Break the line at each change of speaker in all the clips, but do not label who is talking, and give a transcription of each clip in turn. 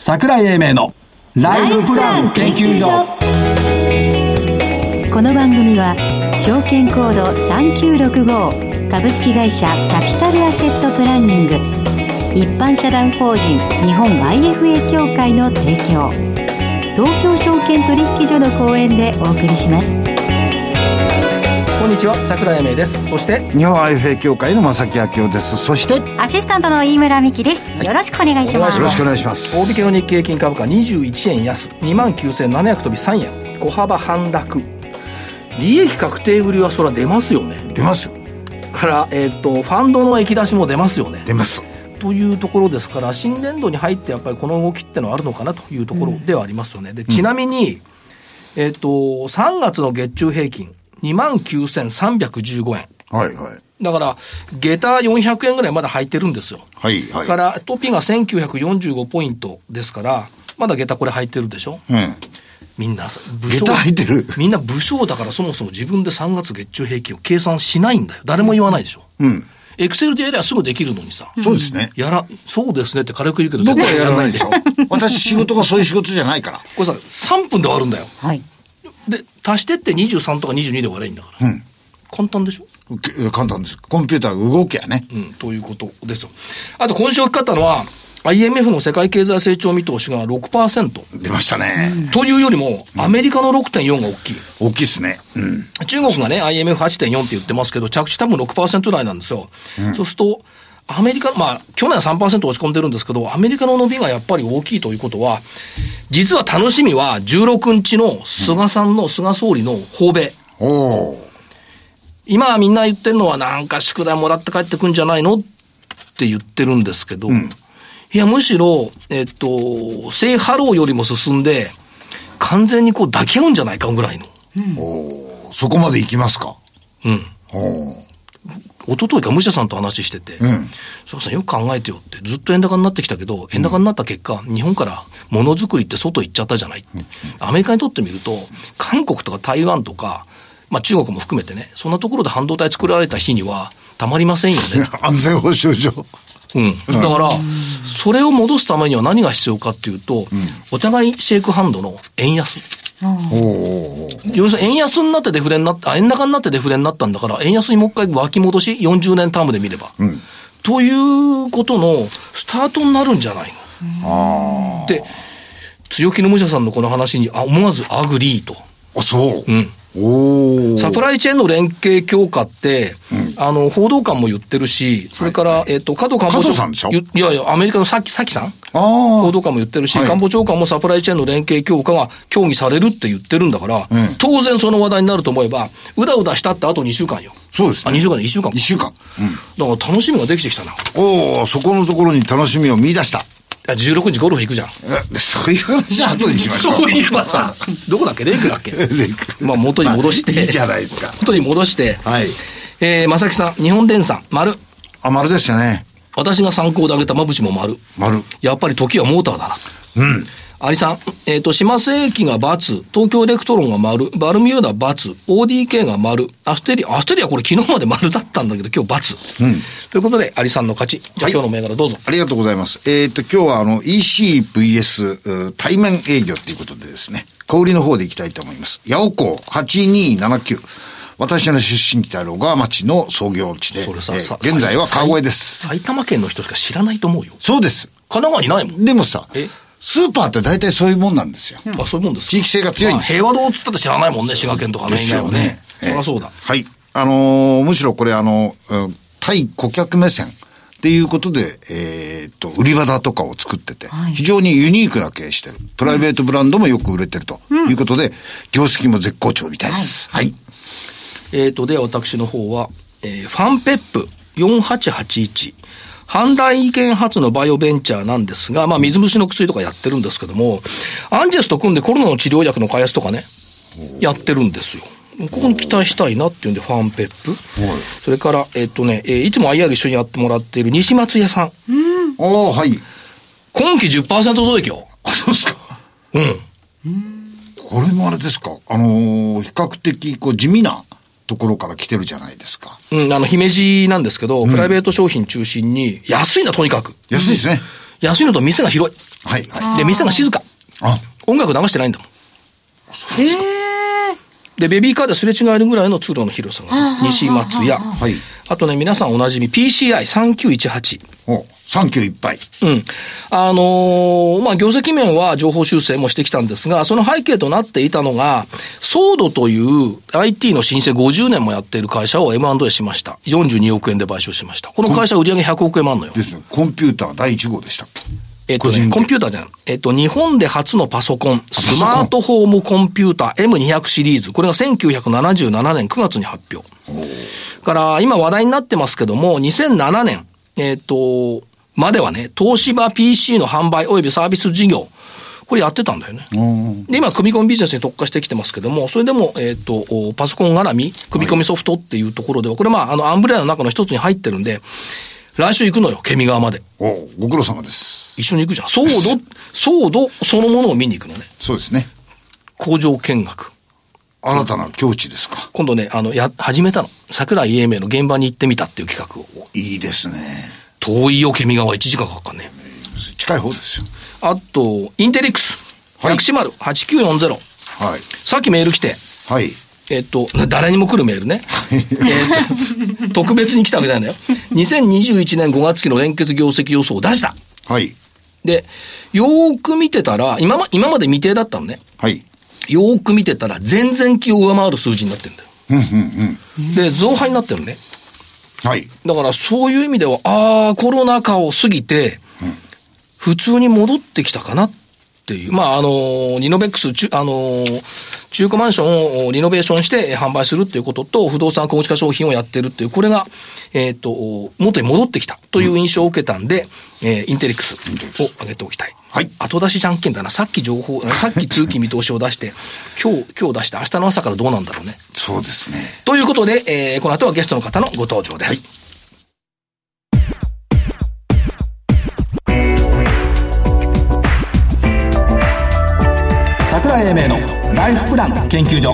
桜井英明のライフプラン研究所
この番組は証券コード3965株式会社キャピタルアセットプランニング一般社団法人日本 IFA 協会の提供東京証券取引所の講演でお送りします
こんにちは桜井英明ですそして
日本 IFA 協会の正木昭夫ですそしてよ
アシスタントの飯村美希ですよろしくお願いします
お
ろ
願い
しくお願いします
大引けの日経平均株価21円安29,700飛び3円小幅反落利益確定売りはそら出ますよね
出ますよ
から、えっとファンドの液出しも出ますよね
出ます
というところですから新年度に入ってやっぱりこの動きってのはあるのかなというところではありますよね、でちなみに、えっと3月の月中平均2万9315円
はいはい
だから下駄400円ぐらいまだ入ってるんですよ
はいはい
からトピが1945ポイントですからまだ下駄これ入ってるでしょ
うん
みんなさ武
下駄入ってる
みんな武将だからそもそも自分で3月月中平均を計算しないんだよ誰も言わないでしょ
うん
エクセルでやりゃすぐできるのにさ
そうですね
やらそうですねって軽く言うけど
僕は
絶対
やらないです
よ
よ私仕事がそういう仕事じゃないから
これさ3分で終わるんだよ
はい
で足してって23とか22で終わりゃいいんだから、
うん
簡単でしょ
け簡単ですコンピューターが動きゃね
うん、ということですよ。あと今週大きかったのは、IMF の世界経済成長見通しが6%。
出ましたね、
というよりも、アメリカの6.4が大きい。
大きいですねうん
中国がね、IMF8.4 って言ってますけど、着地多分6%台なんですよ。そうすると、アメリカ、まあ、去年3%落ち込んでるんですけど、アメリカの伸びがやっぱり大きいということは、実は楽しみは16日の菅さんの、菅総理の訪米。
おお
今はみんな言ってるのはなんか宿題もらって帰ってくんじゃないのって言ってるんですけど、いや、むしろ、えっと、性ハローよりも進んで、完全にこう抱き合うんじゃないかぐらいの。
そこまで行きますか
うん。
おお
一昨日か、武者さんと話してて、
うん
そこさんよく考えてよって、ずっと円高になってきたけど、円高になった結果、日本からものづくりって外行っちゃったじゃない。アメリカにとってみると、韓国とか台湾とか、まあ中国も含めてね、そんなところで半導体作られた日には、たまりませんよね。
安全保障上
うん、だから、それを戻すためには何が必要かっていうと、お互いシェイクハンドの円安。
おお
要するに円安になってデフレになった、あ円高になってデフレになったんだから、円安にもう一回脇戻し、40年タームで見れば。ということのスタートになるんじゃないの。で、強気の武者さんのこの話にあ思わずアグリーと。
あそう
う、ん
おお
サプライチェーンの連携強化って、あの、報道官も言ってるし、それから、えっと、加藤官房
加藤さんでしょ
ゆいやいや、アメリカのさき、さきさん
あ
報
あ
道官も言ってるし、
はい
官房長官もサプライチェーンの連携強化が協議されるって言ってるんだから、
ん
当然その話題になると思えば、うだうだしたってあと2週間よ。
そうです
あ、
ね
2週間だ、1週間か。
一週間、
だから楽しみができてきたな。
うん、おおそこのところに楽しみを見出した
あ16時ゴルフ行くじゃん。
え そういう話は後にしましょう
そういえばさ、どこだっけレイクだっ け
レイク
まあ元に戻して。
まあいいじゃないですか
元に戻して。
はい
えー、まさきさん、日本電産、丸。
あ丸でしたね
私が参考で挙げたまぶしも丸。
丸
やっぱり時はモーターだな。
うん
アリさん、えっ、と、島世紀が×、東京エレクトロンが丸、バルミューダ×、ODK が丸、アステリア、アステリアこれ昨日まで丸だったんだけど、今日×。うん。ということで、アリさんの勝ち。じゃあ、
はい
今日の銘柄どうぞ。
ありがとうございます。えーっと、今日はあの、ECVS うー対面営業ということでですね、小売りの方でいきたいと思います。八尾港8279。私の出身地である小川町の創業地で、え
それさ、
ー
さ
現在は川越です。
さい埼玉県の人しか知らないと思うよ。
そうです。
神奈川にないもん。
でもさ
え、
スーパーって大体そういうもんなんですよ。
あ、そういうもんですか
地域性が強いんです
まあ平和堂っつったって知らないもんね、滋賀県とかね。
ですよね。
以外はそりゃそうだ
え。えはい。あのーむしろこれあの、うん対顧客目線っていうことで、えーっと、売り場だとかを作ってて、
はい
非常にユニークな経営してる。プライベートブランドもよく売れてるということで、業績も絶好調みたいです。はい。
えー、と、で、私の方は、えーファンペップ4881。阪大意見発のバイオベンチャーなんですが、まあ、水虫の薬とかやってるんですけども、アンジェスと組んでコロナの治療薬の開発とかね、やってるんですよ。ここに期待したいなっていうんで、ファンペップ。それから、えっ、とね、えーいつも IR 一緒にやってもらっている西松屋さん。
おー、はい。
今期10%増益よ。
あ、そうですか。
うん。
これもあれですか。あのー比較的、こう、地味なところから来てるじゃないですか。
うん、あの、姫路なんですけど、プライベート商品中心に、安いな、とにかく。
安いですね。
安いのと店が広い。
はい、はい。
で、店が静か。
あ、
音楽流してないんだもん。
ええ
で、ベビーカーですれ違えるぐらいの通路の広さが、西松屋。
はい。
あとね、皆さんおなじみ、PCI3918。
お、3級いっぱい。
うん。あのーまあ、業績面は情報修正もしてきたんですが、その背景となっていたのが、ソードという IT の新生50年もやっている会社を M&A しました。42億円で買収しました。この会社売上100億円もあるのよ。
ですね。コンピューター第1号でしたっけ
えっと
個人
ね、
で
コンピューターじゃん。えっと、日本で初のパソコン、
ソコン
スマートフォームコンピューター M200 シリーズ。これが1977年9月に発表。から、今話題になってますけども、2007年、えっと、まではね、東芝 PC の販売及びサービス事業。これやってたんだよね。
うん。
で、今、組み込みビジネスに特化してきてますけども、それでも、えっ、と、おパソコン絡み、組み込みソフトっていうところでは、これまあ、あの、アンブレラの中の一つに入ってるんで、来週行くのよ、ケミ川まで。
お、ご苦労様です。
一緒に行くじゃん。ソード、ソードそのものを見に行くのね。
そうですね。
工場見学。
新たな境地ですか。
今度ね、あの、や、始めたの。桜井英明の現場に行ってみたっていう企画を。
いいですね。
遠いよ、ケミ川1時間かかっかんね。
近い方ですよ。
あと、インテリックス。
はい
薬師丸8940。
はい。
さっきメール来て、
はい。
えっと、誰にも来るメールね。えっと、特別に来たわけじゃないんだよ。2021年5月期の連結業績予想を出した。
はい。
で、よーく見てたら、今ま、今まで未定だったのね。
はい。
よーく見てたら、前々期を上回る数字になってんだよ。で、増配になってるね。
はい。
だからそういう意味では、ああ、コロナ禍を過ぎて、普通に戻ってきたかなっていう。まあ、あの、リノベックス、中あの、中古マンションをリノベーションして販売するっていうことと、不動産公式化商品をやってるっていう、これが、えっ、と、元に戻ってきたという印象を受けたんで、えーインテリックスを上げておきたい。
はい
後出しじゃんけんだな。さっき情報、さっき通期見通しを出して、今日、今日出して、明日の朝からどうなんだろうね。
そうですね。
ということで、えーこの後はゲストの方のご登場です。桜井英明のライフプラン研究所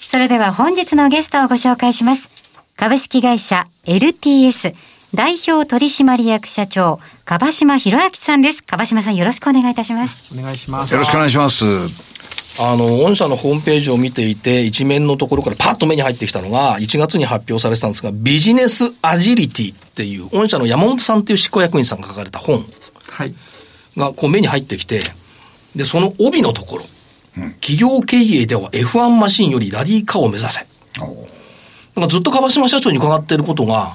それでは本日のゲストをご紹介します。株式会社 LTS 代表取締役社長、樺島博明さんです。樺島さんよろしくお願いいたします。
お願いします。
よろしくお願いします。
あの御社のホームページを見ていて一面のところからパッと目に入ってきたのが1月に発表されてたんですがビジネスアジリティっていう御社の山本さんっていう執行役員さんが書かれた本
はい。
がこう目に入ってきて、で、その帯のところ、企業経営では F1 マシンよりラリー化を目指せ。なんかずっと川島社長に伺っていることが、あ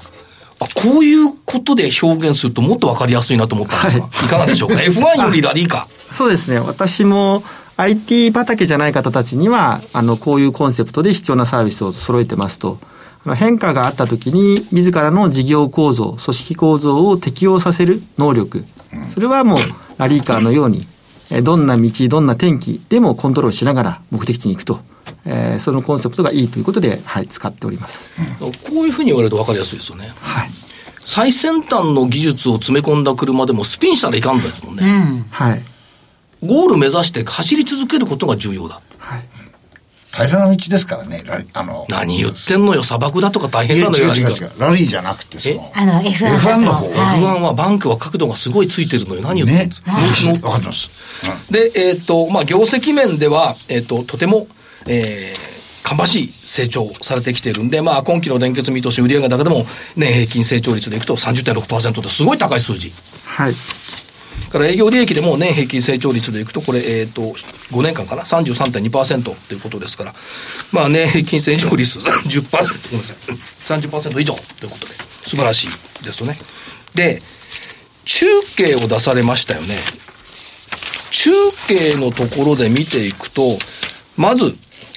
こういうことで表現するともっとわかりやすいなと思ったんですが、い、かがでしょう か ?F1 よりラリー化。
そうですね。私も IT 畑じゃない方たちには、あの、こういうコンセプトで必要なサービスを揃えてますと。あの変化があった時に、自らの事業構造、組織構造を適用させる能力。それはもう、ラリーカーのように、えどんな道、どんな天気でもコントロールしながら目的地に行くと。えーそのコンセプトがいいということで、はい、使っております。
こういうふうに言われるとわかりやすいですよね。
はい。
最先端の技術を詰め込んだ車でもスピンしたらいかんですもんね。
はい。
ゴール目指して走り続けることが重要だ。
はい。
平らな道ですからね、ラリあの。
何言ってんのよ、砂漠だとか大
い
変
や、
な
違う
のよ、ラリー
違う
化
違う。ラリーじゃなくて、その。
あの F1 だと
F1 の方
はい
F1 はバンクは角度がすごいついてるのよ。何言ってん
ね
の、。
わかってます。うん
で、えっ、と、まあ、業績面では、えっ、と、とても、えー、芳しい成長をされてきてるんで、まあ、今期の連結見通し売上高でも、年平均成長率でいくと30.6%ってすごい高い数字。
はい。
から営業利益でも年平均成長率でいくと、これ、えっ、と、5年間かな、33.2%っていうことですから、まあ、年平均成長率10%、ごめんなさい、30%以上ということで、素晴らしいですよね。で、中継を出されましたよね。中継のところで見ていくと、まず、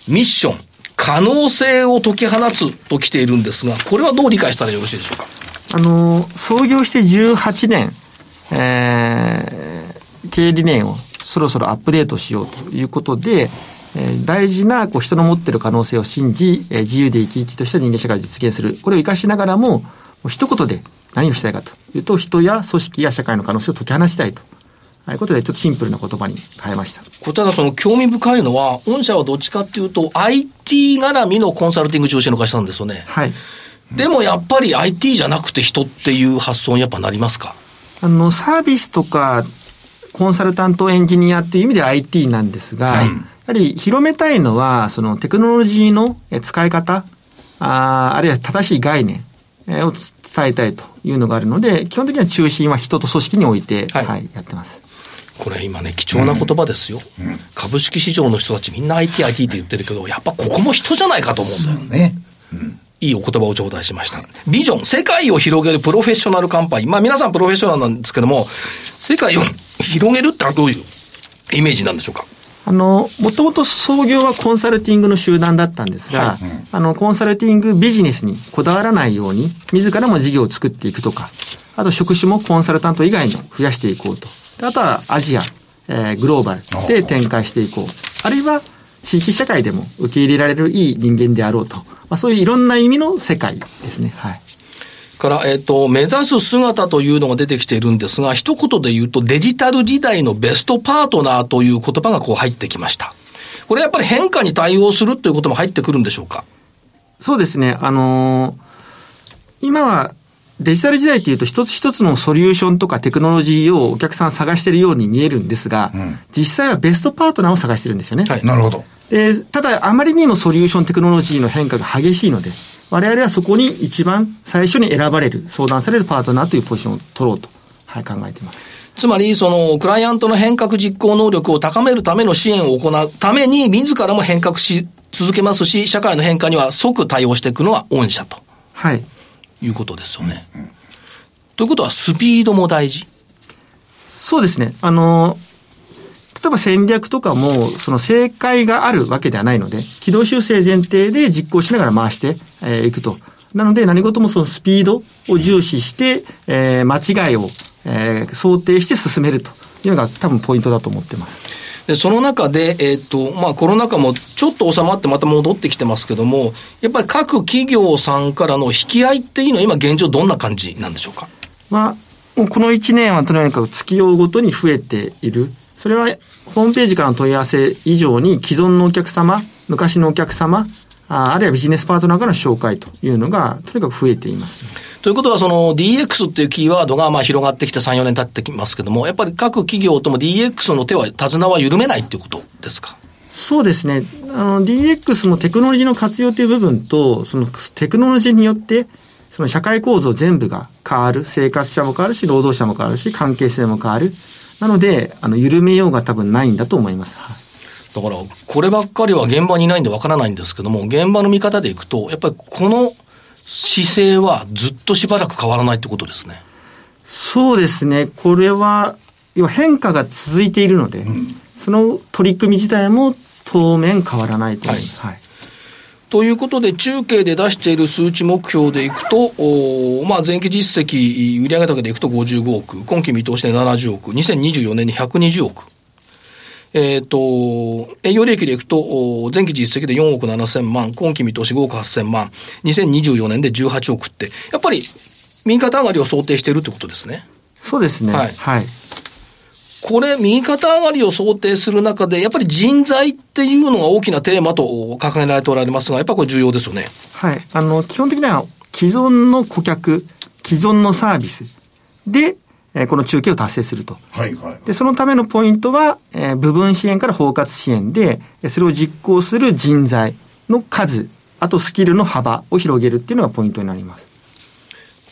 ミッション、可能性を解き放つと来ているんですが、これはどう理解したらよろしいでしょうか。
あの創業して18年、えー経営理念をそろそろアップデートしようということで、えー大事なこう人の持ってる可能性を信じ、えー自由で生き生きとした人間社会を実現するこれを生かしながらももう一言で何をしたいかというと人や組織や社会の可能性を解き放したいと。ああいうことでちょっとシンプルな言葉に変えました。
こただその興味深いのは、御社はどっちかっていうと、IT 絡みのコンサルティング中心の会社なんですよね。
はい。
でもやっぱり IT じゃなくて人っていう発想にやっぱなりますか
あの、サービスとか、コンサルタントエンジニアっていう意味では IT なんですが、やはり広めたいのは、そのテクノロジーのえ使い方、あーあるいは正しい概念えーを伝えたいというのがあるので、基本的には中心は人と組織に置いて、
は
はいい、やってます。
これ今ね、貴重な言葉ですよ。株式市場の人たちみんな IT、IT って言ってるけど、やっぱここも人じゃないかと思うんだよ。
ね。
いいお言葉を頂戴しました。ビジョン、世界を広げるプロフェッショナルカンパニー。まあ皆さんプロフェッショナルなんですけども、世界を広げるってのはどういうイメージなんでしょうか
あの、もともと創業はコンサルティングの集団だったんですが、
はい
あの、コンサルティングビジネスにこだわらないように、自らも事業を作っていくとか、あと職種もコンサルタント以外にも増やしていこうと。であとはアジア、えーグローバルで展開していこう。あるいは地域社会でも受け入れられるいい人間であろうと。まあ、そういういろんな意味の世界ですね。はい。
から、えっ、と、目指す姿というのが出てきているんですが、一言で言うとデジタル時代のベストパートナーという言葉がこう入ってきました。これやっぱり変化に対応するということも入ってくるんでしょうか
そうですね。あのー今はデジタル時代っていうと一つ一つのソリューションとかテクノロジーをお客さん探してるように見えるんですが、
ん
実際はベストパートナーを探してるんですよね。
はい
なるほど。
でただ、あまりにもソリューションテクノロジーの変化が激しいので、我々はそこに一番最初に選ばれる、相談されるパートナーというポジションを取ろうと、はい、考えています。
つまり、その、クライアントの変革実行能力を高めるための支援を行うために、自らも変革し続けますし、社会の変化には即対応していくのは御社と
はい。
いうことですよね。ということは、スピードも大事。
そうですね。あの、例えば戦略とかも、その正解があるわけではないので、軌道修正前提で実行しながら回してい、えーいくと。なので何事もそのスピードを重視して、えー間違いを、えー想定して進めるというのが多分ポイントだと思ってます。
で、その中で、えっ、と、まあ、コロナ禍もちょっと収まってまた戻ってきてますけども、やっぱり各企業さんからの引き合いっていうのは今現状どんな感じなんでしょうか
まあ、もうこの1年はとにかく月を追うごとに増えている。それはホームページからの問い合わせ以上に既存のお客様、昔のお客様、ああるいはビジネスパートナーからの紹介というのがとにかく増えていますね。
ということは、その DX っていうキーワードがまあ広がってきて3、4年経ってきますけども、やっぱり各企業とも DX の手は、手綱は緩めないっていうことですか。
そうですね。あの、DX もテクノロジーの活用という部分と、そのテクノロジーによって、その社会構造全部が変わる。生活者も変わるし、労働者も変わるし、関係性も変わる。なので、あの、緩めようが多分ないんだと思います。はい
だから、こればっかりは現場にいないんでわからないんですけども、現場の見方でいくと、やっぱりこの姿勢はずっとしばらく変わらないってことですね。
そうですね。これは、要は変化が続いているので、その取り組み自体も当面変わらないと思います。はい
ということで、中継で出している数値目標でいくと、おーまあ、前期実績、売上高でいくと55億、今期見通しで70億、2024年に120億。えっ、と、営業利益でいくと、おー前期実績で4億7千万、今期見通し5億8千万、2024年で18億って、やっぱり、右肩上がりを想定しているってことですね。
そうですね。
はい
はい
これ、右肩上がりを想定する中で、やっぱり人材っていうのが大きなテーマとお掲げられておられますが、やっぱこれ重要ですよね。
はい。あの、基本的には既存の顧客、既存のサービスで、えーこの中継を達成すると。
はいはい。
で、そのためのポイントは、えー部分支援から包括支援で、えーそれを実行する人材の数、あとスキルの幅を広げるっていうのがポイントになります。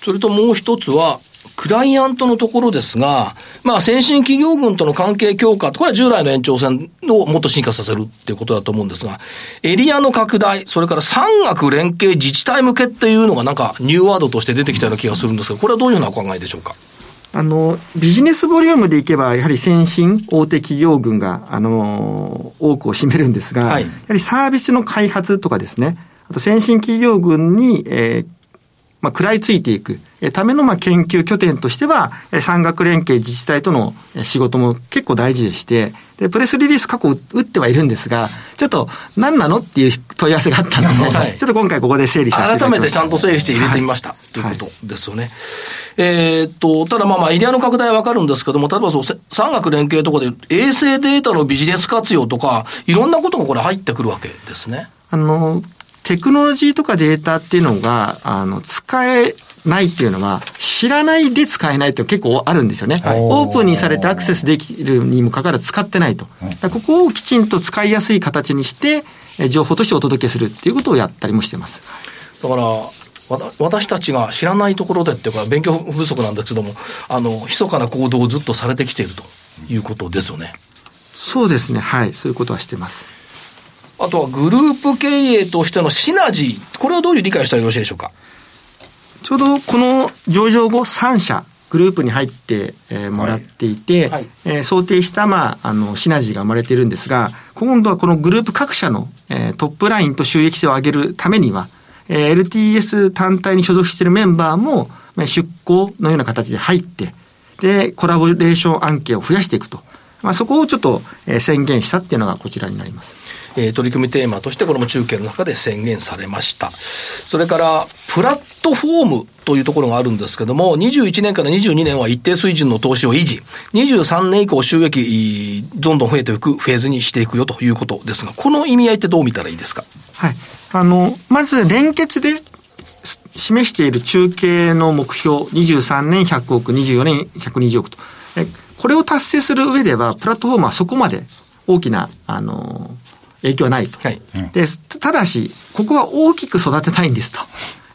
それともう一つは、クライアントのところですが、まあ先進企業群との関係強化、これは従来の延長線をもっと進化させるっていうことだと思うんですが、エリアの拡大、それから産学連携自治体向けっていうのがなんかニューワードとして出てきたような気がするんですが、これはどういうようなお考えでしょうか
あの、ビジネスボリュームでいけば、やはり先進大手企業群が、あのー多くを占めるんですが、
はい
やはりサービスの開発とかですね、あと先進企業群に、えーまあ、食らいついていくえーための、まあ、研究拠点としては、えー産学連携自治体とのえー仕事も結構大事でして、で、プレスリリース過去打打ってはいるんですが、ちょっと何なのっていう問い合わせがあったので、
はい
ちょっと今回ここで整理させて
改
いただきま
め
す。
てちゃんと整理して入れてみました、ということですよね。えーっと、ただまあまあ、エリアの拡大はわかるんですけども、例えばそう、せ産学連携とかで衛星データのビジネス活用とか、いろんなことがこれ入ってくるわけですね。
あの、テクノロジーとかデータっていうのが、あの、使えないっていうのは、知らないで使えないって結構あるんですよね。オープンにされてアクセスできるにもかかわらず使ってないと。だからここをきちんと使いやすい形にして、え情報としてお届けするっていうことをやったりもしてます。
だから、わた私たちが知らないところでっていうか、勉強不足なんですけども、あの、密かな行動をずっとされてきているということですよね。
そうですね。はい。そういうことはしてます。
あとはグループ経営としてのシナジー、これはどういう理解したらよろしいでしょうか。
ちょうどこの上場後3社グループに入って、えーもらっていて、
はい
えー想定した、まあ、あのシナジーが生まれているんですが今度はこのグループ各社の、えートップラインと収益性を上げるためには、えー LTS 単体に所属しているメンバーもまあ出向のような形で入ってでコラボレーション案件を増やしていくと、まあ、そこをちょっと、えー宣言したっていうのがこちらになります。
えー取り組みテーマとしてこれも中継の中で宣言されました。それから、プラットフォームというところがあるんですけども、21年から22年は一定水準の投資を維持、23年以降収益、えーどんどん増えていくフェーズにしていくよということですが、この意味合いってどう見たらいいですか
はい。あの、まず連結です示している中継の目標、23年100億、24年120億と。えこれを達成する上では、プラットフォームはそこまで大きな、あの、影響はないと。
はい
で、ただし、ここは大きく育てたいんですと。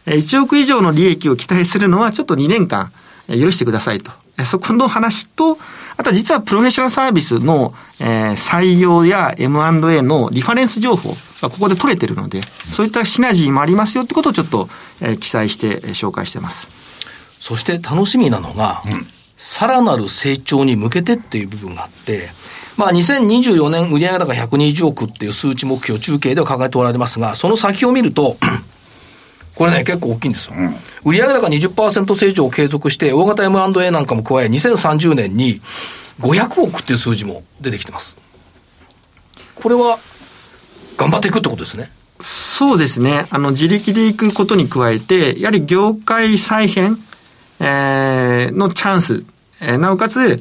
えー1億以上の利益を期待するのはちょっと2年間えー許してくださいと。えーそこの話と、あとは実はプロフェッショナルサービスの、えー採用や M&A のリファレンス情報がここで取れてるので、そういったシナジーもありますよってことをちょっと、えー記載してえー紹介してます。
そして楽しみなのが、さらなる成長に向けてっていう部分があって、まあ、2024年売上高120億っていう数値目標中継では考えておられますが、その先を見ると、 これね、結構大きいんですよ。売上高20%成長を継続して、大型 M&A なんかも加え、2030年に500億っていう数字も出てきてます。これは、頑張っていくってことですね。
そうですね。あの、自力で行くことに加えて、やはり業界再編、えーのチャンス、えーなおかつ、え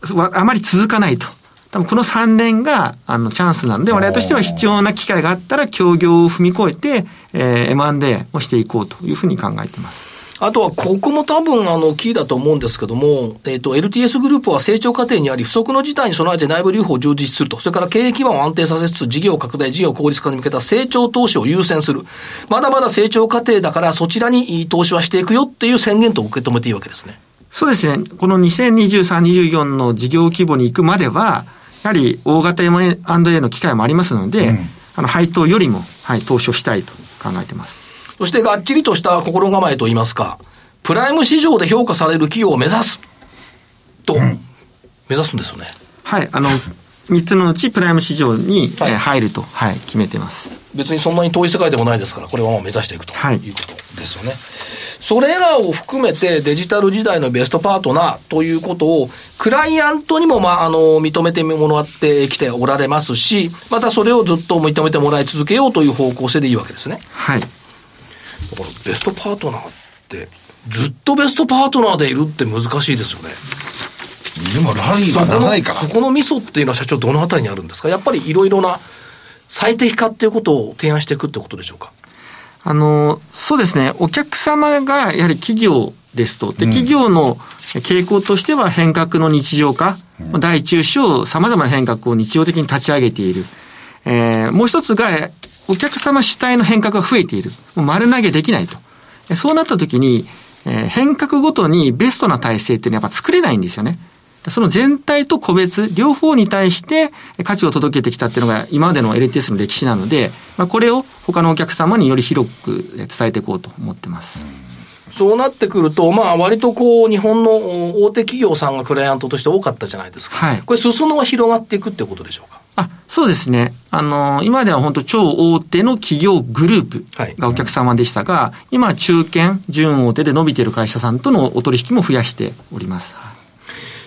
ーわあまり続かないと。多分この3年が、あの、チャンスなんで、我々としては必要な機会があったら、協業を踏み越えて、えー M&A をしていこうというふうに考えています。
あとは、ここも多分、あの、キーだと思うんですけども、えっ、と、LTS グループは成長過程にあり、不測の事態に備えて内部留保を充実すると。それから経営基盤を安定させつつ、事業拡大、事業効率化に向けた成長投資を優先する。まだまだ成長過程だから、そちらに投資はしていくよっていう宣言と受け止めていいわけですね。
そうですね。この2023、24の事業規模に行くまでは、やはり大型 M&A の機会もありますので、あの配当よりも、はい、投資をしたいと考えてます。
そして、がっちりとした心構えといいますか、プライム市場で評価される企業を目指す。と、目指すんですよね。
はい、あの、3つのうちプライム市場に、
はい
えー入ると、はい、決めてます。
別にそんなに遠い世界でもないですから、これはもう目指していくと
はい
いうことですよね。それらを含めてデジタル時代のベストパートナーということを、クライアントにも、まあ、あの、認めてもらってきておられますし、またそれをずっと認めてもらい続けようという方向性でいいわけですね。
はい。
だからベストパートナーって、ずっとベストパートナーでいるって難しいですよね。
でもラリー
そ
は
この、
長いから
そ。このミソっていうのは社長どのあたりにあるんですかやっぱりいろいろな最適化っていうことを提案していくってことでしょうか
あの、そうですね。お客様がやはり企業ですと。で、企業の傾向としては変革の日常化。大中小、様々な変革を日常的に立ち上げている。えーもう一つが、お客様主体の変革が増えている。もう丸投げできないと。えそうなった時に、えー変革ごとにベストな体制っていうのはやっぱ作れないんですよね。その全体と個別、両方に対して価値を届けてきたっていうのが今までの LTS の歴史なので、まあ、これを他のお客様により広くえ伝えていこうと思ってます。
そうなってくると、まあ、割とこう、日本のお大手企業さんがクライアントとして多かったじゃないですか。
はい
これ、裾野は広がっていくってことでしょうか。
あ、そうですね。あの、今までは本当超大手の企業グルー
はい
プがお客様でしたが、今は中堅、準大手で伸びている会社さんとのお取引も増やしております。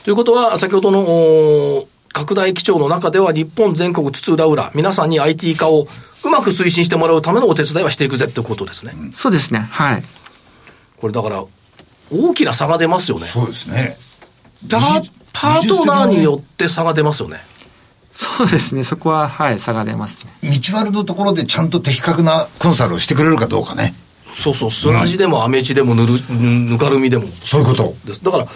ということは、先ほどの、お拡大基調の中では、日本全国津々浦々、皆さんに IT 化をうまく推進してもらうためのお手伝いはしていくぜってことですね。
そうですね。はい。
これ、だから、大きな差が出ますよね。
そうですね。
パ
技術
パートナーによって差が出ますよね。
そうですね、そこは、はい、差が出ますね。
道割のところでちゃんと的確なコンサルをしてくれるかどうかね。
そうそう、砂地でもアメ地でもぬる、ぬかるみでも。
そういうこと。
です。だから、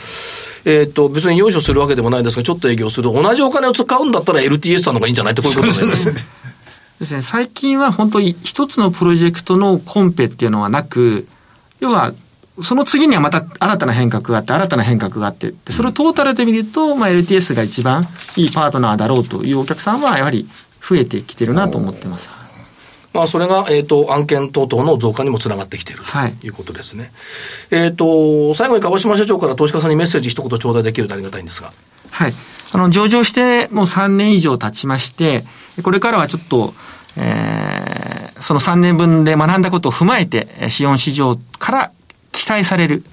えっ、と、別に用意するわけでもないんですが、ちょっと営業する。同じお金を使うんだったら LTS さんの方がいいんじゃないってこういうことになります。
ですね、最近は本当に一つのプロジェクトのコンペっていうのはなく、要は、その次にはまた新たな変革があって、新たな変革があって、でそれをトータルで見ると、まあ、LTS が一番いいパートナーだろうというお客さんは、やはり増えてきてるなと思ってます。
まあ、それが、えっ、と、案件等々の増加にもつながってきている
はい
ということですね。えっ、と、最後に川島社長から投資家さんにメッセージ一言頂戴できるとありがたいんですが。
はい。あの、上場してもう3年以上経ちまして、これからはちょっと、えーその3年分で学んだことを踏まえて、えー資本市場から期待される、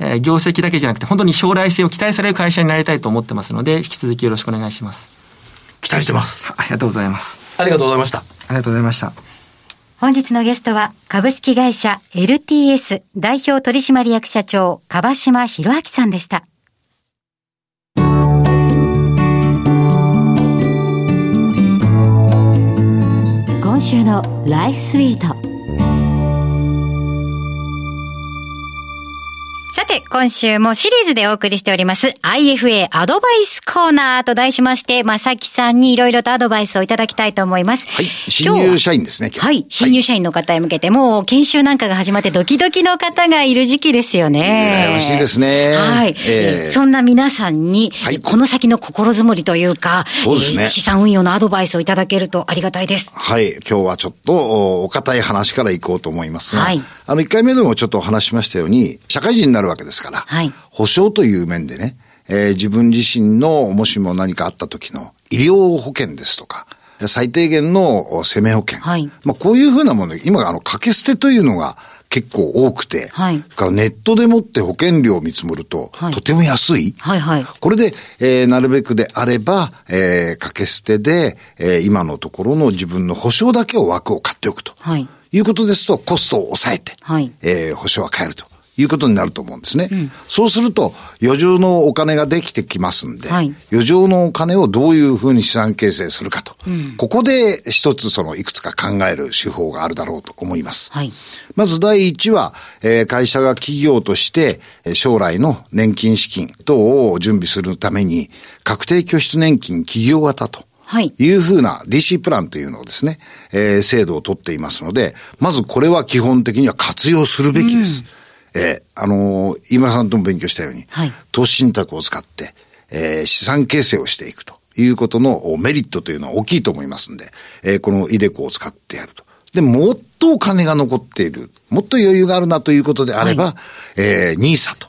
えー業績だけじゃなくて、本当に将来性を期待される会社になりたいと思ってますので、引き続きよろしくお願いします。
期待してます。
ありがとうございます。
ありがとうございました。
ありがとうございました。
本日のゲストは株式会社 LTS 代表取締役社長川島博明さんでした。今週のライフスイート。さて、今週もシリーズでお送りしております、IFA アドバイスコーナーと題しまして、まさきさんにいろいろとアドバイスをいただきたいと思います。
はい。新
今日は
入社員ですね、今日
はい。新入社員の方へ向けて、もう研修なんかが始まって、ドキドキの方がいる時期ですよね。
羨ましいですね
はい。
ええ
そんな皆さんに、
はい
この先の心づもりというか、
そうですね
えー資産運用のアドバイスをいただけるとありがたいです。
はい。今日はちょっとおお堅い話からいこうと思いますが、
はい
あの、一回目でもちょっとお話しましたように、社会人になるわけですから、
はい
保証という面でね、えー自分自身の、もしも何かあった時の医療保険ですとか、最低限のお生命保険。
はい
まあ、こういうふうなもの、今、あの、掛け捨てというのが結構多くて、
はい
だからネットでもって保険料を見積もると、
はい
とても安い。
はいはい。
これで、えーなるべくであれば、えー掛け捨てで、えー今のところの自分の保証だけを枠を買っておくと。
はい。
いうことですと、コストを抑えて、
はい
えー保証は変えるということになると思うんですね。そうすると、余剰のお金ができてきますんで、
はい
余剰のお金をどういうふうに資産形成するかと。ここで一つ、その、いくつか考える手法があるだろうと思います。
はい。
まず第一は、えー会社が企業として、えー将来の年金資金等を準備するために、確定拠出年金企業型と。
はい。
いうふうな DC プランというのをですね、えー制度を取っていますので、まずこれは基本的には活用するべきです。えーあのー、今さんとも勉強したように、
はい
投資信託を使って、えー資産形成をしていくということのおメリットというのは大きいと思いますんで、えーこのイデコを使ってやると。で、もっとお金が残っている、もっと余裕があるなということであれば、えー、NISA と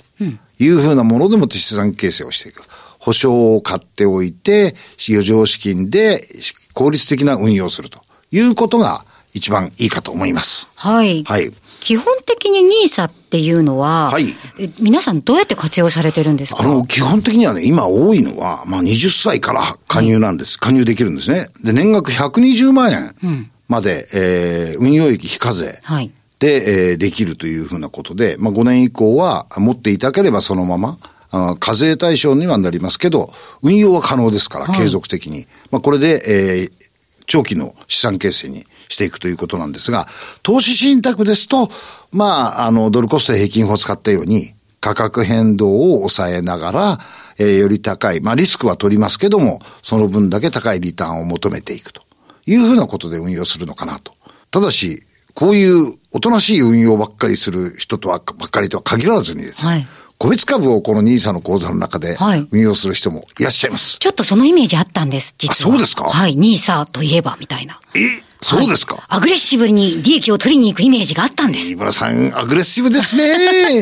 いうふうなものでもって資産形成をしていく。保証を買っておいて、余剰資金で効率的な運用をするということが一番いいかと思います。
はい。
はい。
基本的に NISA っていうのは、
はい
え皆さんどうやって活用されてるんですか
あの、基本的にはね、今多いのは、まあ、20歳から加入なんです。加入できるんですね。で、年額120万円まで、えー運用益非課税。
はい。
で、えーできるというふうなことで、まあ、5年以降は持っていただければそのまま、あー課税対象にはなりますけど、運用は可能ですから、
はい
継続的に。まあ、これで、えー長期の資産形成にしていくということなんですが、投資信託ですと、まあ、あの、ドルコスト平均法を使ったように、価格変動を抑えながら、えーより高い、まあ、リスクは取りますけども、その分だけ高いリターンを求めていくというふうなことで運用するのかなと。ただし、こういうおとなしい運用ばっかりする人とは、ばっかりとは限らずにですね、
はい
個別株をこの NISA の口座の中で
はい
運用する人もいらっしゃいます。
ちょっとそのイメージあったんです、実は。
あそうですか
はい。NISA といえば、みたいな。
えそうですか、
はいアグレッシブに利益を取りに行くイメージがあったんです
飯。村さん、アグレッシブです ね。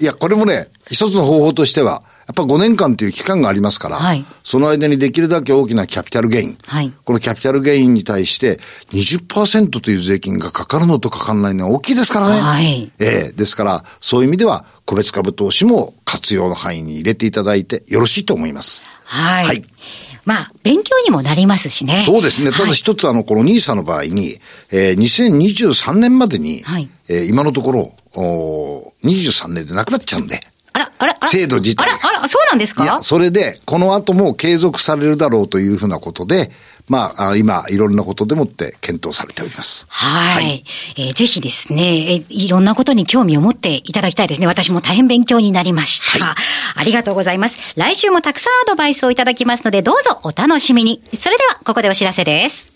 いや、これもね、一つの方法としては、やっぱ5年間という期間がありますから、
はい
その間にできるだけ大きなキャピタルゲイン。
はい
このキャピタルゲインに対して20%という税金がかかるのとかかんないのは大きいですからね。
はい
ええですから、そういう意味では、個別株投資も活用の範囲に入れていただいてよろしいと思います。
はい。
はい
まあ、勉強にもなりますしね。
そうですね。ただ
はい
一つ、あの、この NISA の場合に、えー、2023年までに、
はい
えー今のところ、おー23年でなくなっちゃうんで、
あら、あら、あら。
制度自体
あら、あら、あ、そうなんです
いや、
か
それで、この後も継続されるだろうというふうなことで、まあ、あ今、いろんなことでもって検討されております。
はい、えーぜひですね、えーいろんなことに興味を持っていただきたいですね。私も大変勉強になりました。ありがとうございます。来週もたくさんアドバイスをいただきますので、どうぞお楽しみに。それでは、ここでお知らせです。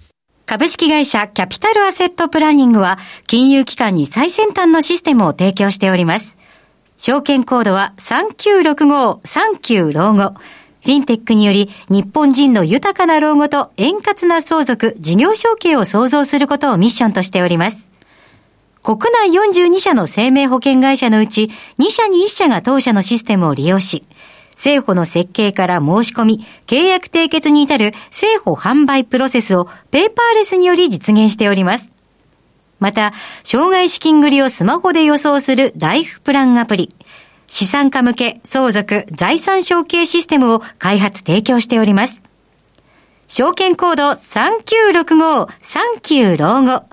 株式会社キャピタルアセットプランニングは、金融機関に最先端のシステムを提供しております。証券コードは3965、39老後。フィンテックにより、日本人の豊かな老後と円滑な相続、事業承継を創造することをミッションとしております。国内42社の生命保険会社のうち、2社に1社が当社のシステムを利用し、政府の設計から申し込み、契約締結に至る政府販売プロセスをペーパーレスにより実現しております。また、障害資金繰りをスマホで予想するライフプランアプリ、資産家向け相続財産承継システムを開発提供しております。証券コード3965-39老後、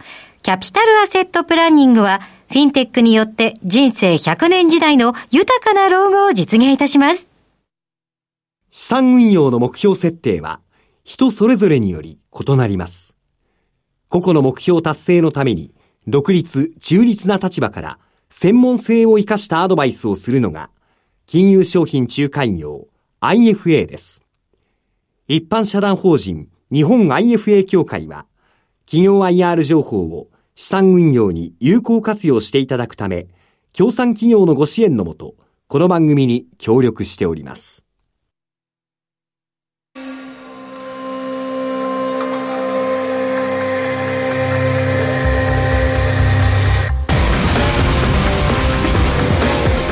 キャピタルアセットプランニングは、フィンテックによって人生100年時代の豊かな老後を実現いたします。
資産運用の目標設定は人それぞれにより異なります。個々の目標達成のために独立、中立な立場から専門性を生かしたアドバイスをするのが金融商品仲介業 IFA です。一般社団法人日本 IFA 協会は企業 IR 情報を資産運用に有効活用していただくため、協賛企業のご支援のもと、この番組に協力しております。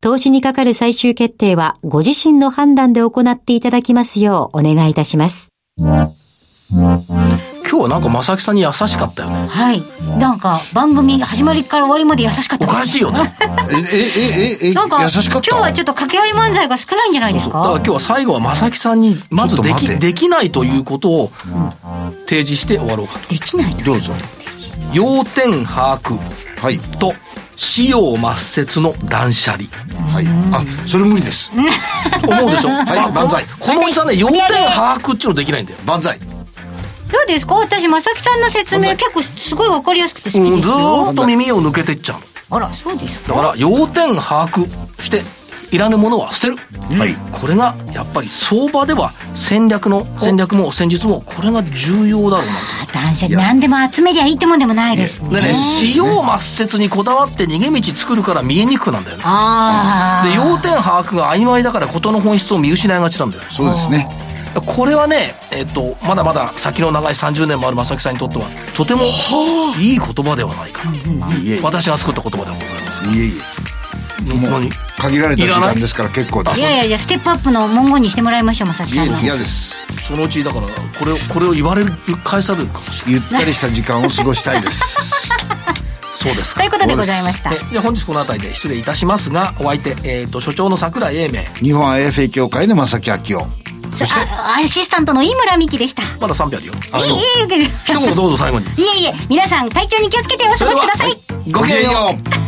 投資にかかる最終決定は、ご自身の判断で行っていただきますようお願いいたします。
今日はなんか正木さんに優しかったよね
はい。なんか、番組始まりから終わりまで優しかった
お
ですね
かしいよねだか
え、え、え、え、え、優
なんか、
しかった
今日はちょっと掛け合い漫才が少ないんじゃないです
ら
か
今日は最後は正木さんにまずで
ちょっと
き
待て
できないということを提示して終わろうかと
できないと。
どうぞ。
要点把握
はい。
と使用抹殺の断捨離
はい。あ、それ無理です。
思うでしょ
い
あ
万歳
このこのおじさんね要点把握っちゅうのできないんだよ
万歳。
どうですか私、まさきさんの説明結構すごいわかりやすくて好き
う
で
ん
す
ず
よ。
ーっと耳を抜けてっちゃうの
あら、そうですか
だから要点把握していらぬものは捨てる、
はい
これがやっぱり相場では戦略の戦略も戦術もこれが重要だろうな
あ断捨離、何でも集めりゃいいってもんでもないですね。
でね、使用抹殺にこだわって逃げ道作るから見えにくくなんだよね。
あ
で、要点把握が曖昧だから事の本質を見失いがちなんだよ。
そうですね。
これはね、えっと、まだまだ先の長い30年もある正木さんにとっては、とてもいい言葉ではないかな。
いえいえ。
私が作った言葉ではございます。
いえいえ。もう
何、
限られた
い
時
らない
間ですから結構で
あ。い
す。
やいやいや、ステップアップの文言にしてもらいましょう、まさきさんの。
嫌です。
そのうち、だから、これを、これを言われる、返されるかもしれない。
ゆったりした時間を過ごしたいです。
そうです
と
か
いう。ことでございました
え。じゃあ本日この辺りで失礼いたしますが、お相手、えっ、と、所長の桜井英明。
日本 IFA 協会の正木昭夫。
あアシスタントの井村美樹でした。い
まだ3秒あるよ。
え
そう
いえ、いえ
一言どうぞ最後に。
いえいえ、皆さん体調に気をつけてお過ごしください。
ごきげんよう。
う。